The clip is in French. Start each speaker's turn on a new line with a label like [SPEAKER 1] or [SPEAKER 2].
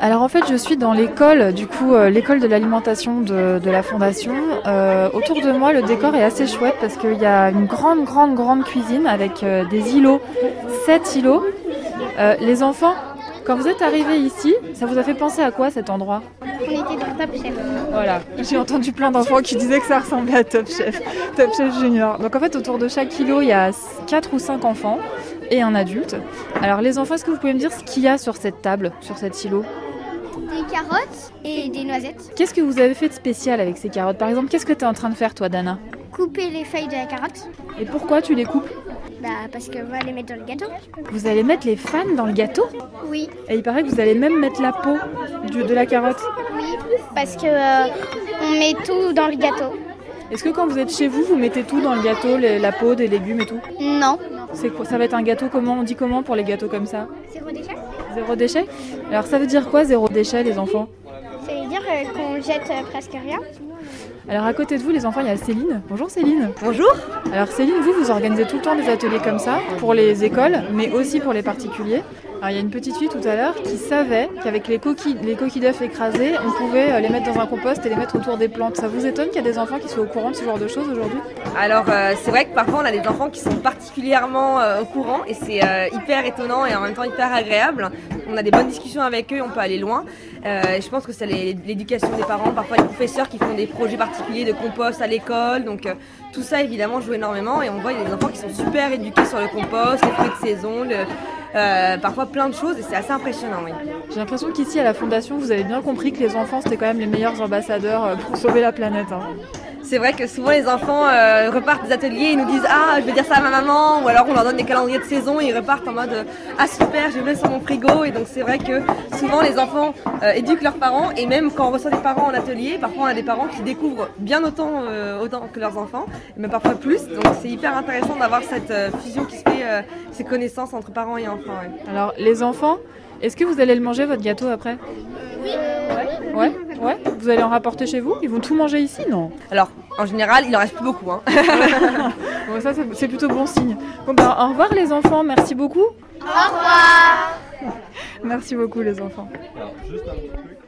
[SPEAKER 1] Alors en fait, je suis dans l'école, du coup, euh, l'école de l'alimentation de, de la fondation. Euh, autour de moi, le décor est assez chouette parce qu'il y a une grande, grande, grande cuisine avec euh, des îlots, sept îlots. Euh, les enfants, quand vous êtes arrivés ici, ça vous a fait penser à quoi cet endroit
[SPEAKER 2] On était dans Top Chef.
[SPEAKER 1] Voilà, j'ai entendu plein d'enfants qui disaient que ça ressemblait à Top Chef, Top Chef Junior. Donc en fait, autour de chaque îlot, il y a 4 ou 5 enfants et un adulte. Alors les enfants, est-ce que vous pouvez me dire ce qu'il y a sur cette table, sur cet îlot
[SPEAKER 2] Des carottes et des noisettes.
[SPEAKER 1] Qu'est-ce que vous avez fait de spécial avec ces carottes Par exemple, qu'est-ce que tu es en train de faire toi, Dana
[SPEAKER 2] Couper les feuilles de la carotte.
[SPEAKER 1] Et pourquoi tu les coupes
[SPEAKER 2] Bah parce que on va les mettre dans le gâteau.
[SPEAKER 1] Vous allez mettre les fans dans le gâteau
[SPEAKER 2] Oui,
[SPEAKER 1] Et il paraît que vous allez même mettre la peau du- de la carotte.
[SPEAKER 2] oui. Parce que euh, on met tout dans le gâteau.
[SPEAKER 1] Est-ce que quand vous êtes chez vous, vous mettez tout dans le gâteau, les- la peau, des légumes et tout
[SPEAKER 2] Non.
[SPEAKER 1] C'est quoi Ça va être un gâteau comment On dit comment pour les gâteaux comme ça
[SPEAKER 2] Zéro déchet
[SPEAKER 1] Zéro déchet Alors ça veut dire quoi zéro déchet les enfants
[SPEAKER 2] Ça veut dire euh, qu'on jette presque rien.
[SPEAKER 1] Alors à côté de vous les enfants il y a Céline. Bonjour Céline.
[SPEAKER 3] Bonjour.
[SPEAKER 1] Alors Céline vous vous organisez tout le temps des ateliers comme ça pour les écoles mais aussi pour les particuliers. Alors il y a une petite fille tout à l'heure qui savait qu'avec les coquilles, les coquilles d'œufs écrasées on pouvait euh, les mettre dans un compost et les mettre autour des plantes. Ça vous étonne qu'il y a des enfants qui soient au courant de ce genre de choses aujourd'hui
[SPEAKER 3] Alors euh, c'est vrai que parfois on a des enfants qui sont particulièrement euh, au courant et c'est euh, hyper étonnant et en même temps hyper agréable. On a des bonnes discussions avec eux, on peut aller loin. Euh, et je pense que c'est les- l'éducation des parents, parfois les professeurs qui font des projets particuliers de compost à l'école. Donc euh, tout ça évidemment joue énormément et on voit il y a des enfants qui sont super éduqués sur le compost, les fruits de saison, le- euh, parfois plein de choses et c'est assez impressionnant. Oui.
[SPEAKER 1] J'ai l'impression qu'ici à la fondation vous avez bien compris que les enfants c'était quand même les meilleurs ambassadeurs euh, pour sauver la planète. hein.
[SPEAKER 3] C'est vrai que souvent les enfants euh, repartent des ateliers et nous disent ah je vais dire ça à ma maman ou alors on leur donne des calendriers de saison et ils repartent en mode ah super j'ai mis sur mon frigo et donc c'est vrai que souvent les enfants euh, éduquent leurs parents et même quand on reçoit des parents en atelier parfois on a des parents qui découvrent bien autant euh, autant que leurs enfants mais parfois plus donc c'est hyper intéressant d'avoir cette euh, fusion qui se fait euh, ces connaissances entre parents et enfants ouais.
[SPEAKER 1] Alors, les enfants, est-ce que vous allez le manger, votre gâteau, après Oui. Ouais, ouais. Vous allez en rapporter chez vous Ils vont tout manger ici, non
[SPEAKER 3] alors en général il en reste plus beaucoup hein.
[SPEAKER 1] Bon, ça, c'est- c'est plutôt bon signe. Bon, ben, au revoir, les enfants. Merci beaucoup. Au revoir. Merci beaucoup, les enfants.
[SPEAKER 4] Alors, juste un petit truc.